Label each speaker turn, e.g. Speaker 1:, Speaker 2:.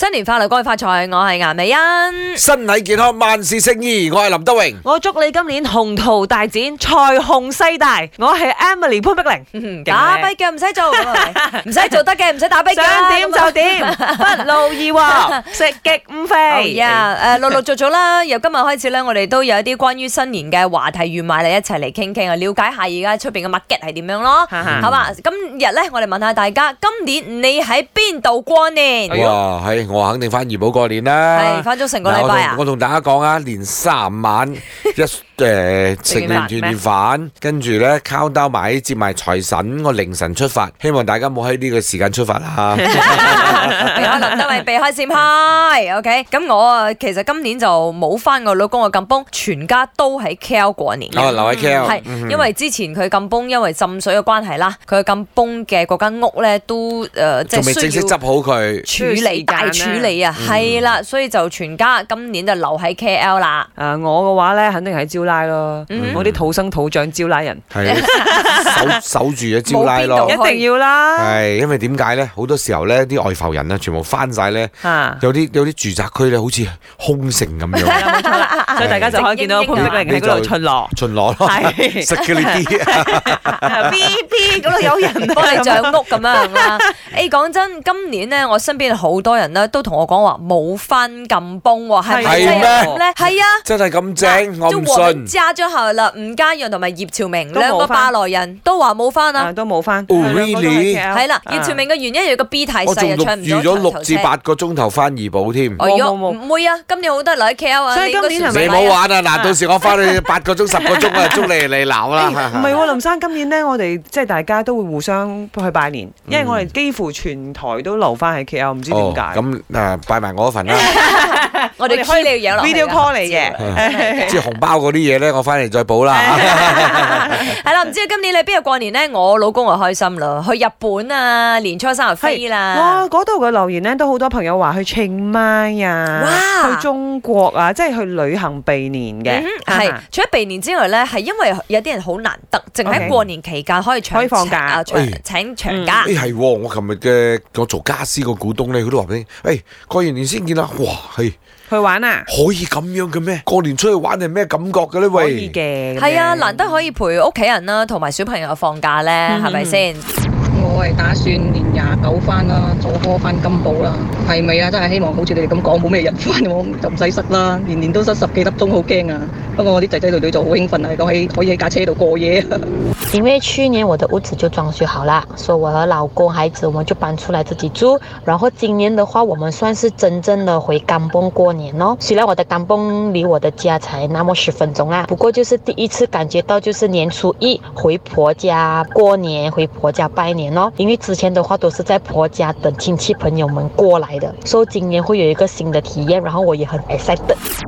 Speaker 1: 新年快樂，恭喜發財！我係顏美 欣。
Speaker 2: 身體健康，萬事勝意。我係林德榮。
Speaker 3: 我祝你今年鴻圖大展，財雄勢大。我係 Emily 潘碧 玲。
Speaker 1: 打跛腳唔使 做，咁啊唔使做得嘅，唔使打跛腳。啊
Speaker 3: 想點就點，不 勞而獲，食極唔肥。
Speaker 1: 呀，誒陸陸續續啦，由今日開始咧，我哋都有一啲關於新年嘅話題預埋嚟一齊嚟傾傾啊，了解下而家出邊嘅 market 係點樣咯，
Speaker 3: 哈哈
Speaker 1: 好嘛？今日咧，我哋問下大家，今年你喺邊度過年？
Speaker 3: 哎呦
Speaker 2: 哇，係我肯定翻怡保過年啦。
Speaker 1: 係翻咗成個
Speaker 2: 嗱
Speaker 1: 禮
Speaker 2: 我
Speaker 1: 拜
Speaker 2: 同
Speaker 1: 啊
Speaker 2: 我！同大家講啊，連三晚一诶食完團年飯，跟住咧敲兜埋接埋財神，我凌晨出發，希望大家冇喺呢個時間出 發啦。
Speaker 1: 有林德偉避開閃開，OK。咁我啊，其實今年就冇翻我老公嘅禁崩，全家都喺 KL 過年嘅。
Speaker 2: 哦，留喺 K L，
Speaker 1: 係，因為之前佢禁崩，因為浸水嘅關係啦，佢禁崩嘅嗰間屋咧都誒、呃即
Speaker 2: 仲未
Speaker 1: 係
Speaker 2: 正
Speaker 1: 需
Speaker 2: 式
Speaker 1: 要
Speaker 2: 執嗯好佢。
Speaker 1: 處理大處理啊，係啦，所以就全家今年就留喺 KL 啦。
Speaker 3: 誒我嘅話咧，肯定係招拉咯
Speaker 1: 嗯，
Speaker 3: 我啲土生土長招拉人，
Speaker 2: 係守守住咗招拉
Speaker 1: 冇
Speaker 2: 咯
Speaker 1: 邊。
Speaker 3: 一
Speaker 1: 度
Speaker 3: 定要啦
Speaker 2: 係因為點解咧？好多時候咧，啲外埠人咧，全部翻晒咧，
Speaker 3: 嚇。
Speaker 2: 有啲有啲住宅區咧，好似空城咁樣。
Speaker 3: 有冇錯啦？ 所以大家就可以見到潘碧玲喺嗰度巡邏。
Speaker 2: 巡邏 咯，
Speaker 3: 係
Speaker 2: 食嘅呢 啲，
Speaker 3: B B 嗰度有人啊
Speaker 1: 幫你掌屋咁樣 啦。誒講真，今年咧，我身邊好多人咧都同我講話冇翻禁崩喎，係咪
Speaker 2: 係
Speaker 1: 真係
Speaker 2: 咩
Speaker 1: 咁咧？係啊。
Speaker 2: 真係咁正，我唔
Speaker 1: 就我們
Speaker 2: 信。
Speaker 1: 嫁咗後啦，吳家陽同埋葉朝明
Speaker 3: 都冇
Speaker 1: 兩個
Speaker 3: 返
Speaker 1: 巴來人都話冇翻
Speaker 3: 啊
Speaker 1: 啊。
Speaker 3: 都冇翻。
Speaker 2: Oh,
Speaker 3: 兩個都喺
Speaker 2: really？
Speaker 3: KL
Speaker 1: 係啦，
Speaker 3: 啊
Speaker 1: 葉朝明嘅原因有個 B 太
Speaker 2: 我仲
Speaker 1: 細啊，
Speaker 2: 六
Speaker 1: 唱唔
Speaker 2: 預
Speaker 1: 到
Speaker 2: 咗
Speaker 1: 長
Speaker 2: 六
Speaker 1: 頭
Speaker 2: 至
Speaker 1: 車
Speaker 2: 八個鐘頭翻怡保添。
Speaker 1: 哎喲
Speaker 3: 冇冇
Speaker 1: 唔會啊！今年好多人留喺 KL 啊，
Speaker 3: 所以
Speaker 1: 你應該
Speaker 3: 今
Speaker 1: 算
Speaker 3: 年係咪
Speaker 2: 你
Speaker 1: 係
Speaker 2: 唔
Speaker 1: 咪
Speaker 2: 好
Speaker 1: 啊
Speaker 2: 玩啊！嗱，到時我翻去八個鐘、十個鐘啊，捉你嚟鬧啦。
Speaker 3: 唔係喎，林生，今年咧，我哋即係大家都會互相去拜年，因為我哋幾乎全台都留翻喺 K L，唔知點
Speaker 2: 嗯哦，
Speaker 3: 解。
Speaker 2: 咁嗱，拜埋我一份啦。
Speaker 1: 啊我哋
Speaker 3: 我哋
Speaker 1: key
Speaker 3: 可以
Speaker 1: 你要養落去
Speaker 3: video
Speaker 1: 㗎
Speaker 3: call 嚟嘅。
Speaker 1: 啊
Speaker 2: 即係紅包嗰啲嘢咧，我翻嚟再補啦。
Speaker 1: 係啦，唔知今年你邊度過年咧？我老公就啊開心啦，去日本啊，年初三就飛
Speaker 3: 哇！
Speaker 1: 啦。
Speaker 3: 嗰度嘅留言咧，都好多朋友話去清邁啊，
Speaker 1: 哇
Speaker 3: 去中國啊，即係去旅行避年嘅
Speaker 1: 嗯，係
Speaker 3: 啊，
Speaker 1: 除咗避年之外咧，係因為有啲人好難得，淨喺
Speaker 3: OK
Speaker 1: 過年期間可以長
Speaker 3: 可以放假嗯
Speaker 1: 啊，長
Speaker 2: 哎
Speaker 1: 請長假。
Speaker 2: 誒係喎，我琴日嘅我做家私個股東咧，佢都話俾你，誒過完年先見啦。哇，係
Speaker 3: 去玩啊，
Speaker 2: 可以咁樣嘅咩？過年出去玩係咩感覺嘅咧？
Speaker 3: 可
Speaker 2: 喂
Speaker 3: 以，嘅。咁
Speaker 1: 係啊，
Speaker 3: 樣
Speaker 1: 難得可以陪屋企人啦，同埋小朋友放假
Speaker 3: 嗯
Speaker 1: 咧，係咪先？
Speaker 4: 我係打算年廿九翻啦，早科翻金寶啦，係咪啊？真係希望好似你哋咁講，冇咩人翻， 我就唔使塞啦。年年都塞十幾粒鐘，好驚啊！不過我啲仔仔女女就好興奮啊，講喺可以喺架車度過夜。
Speaker 5: 因为去年我的屋子就装修好啦，所以我和老公孩子我们就搬出来自己住。然后今年的话，我们算是真正的回甘崩过年哦。虽然我的甘崩离我的家才那么十分钟啦，不过就是第一次感觉到就是年初一回婆家过年，回婆家拜年哦。因为之前的话都是在婆家等亲戚朋友们过来的，所以今年会有一个新的体验，然后我也很 excited。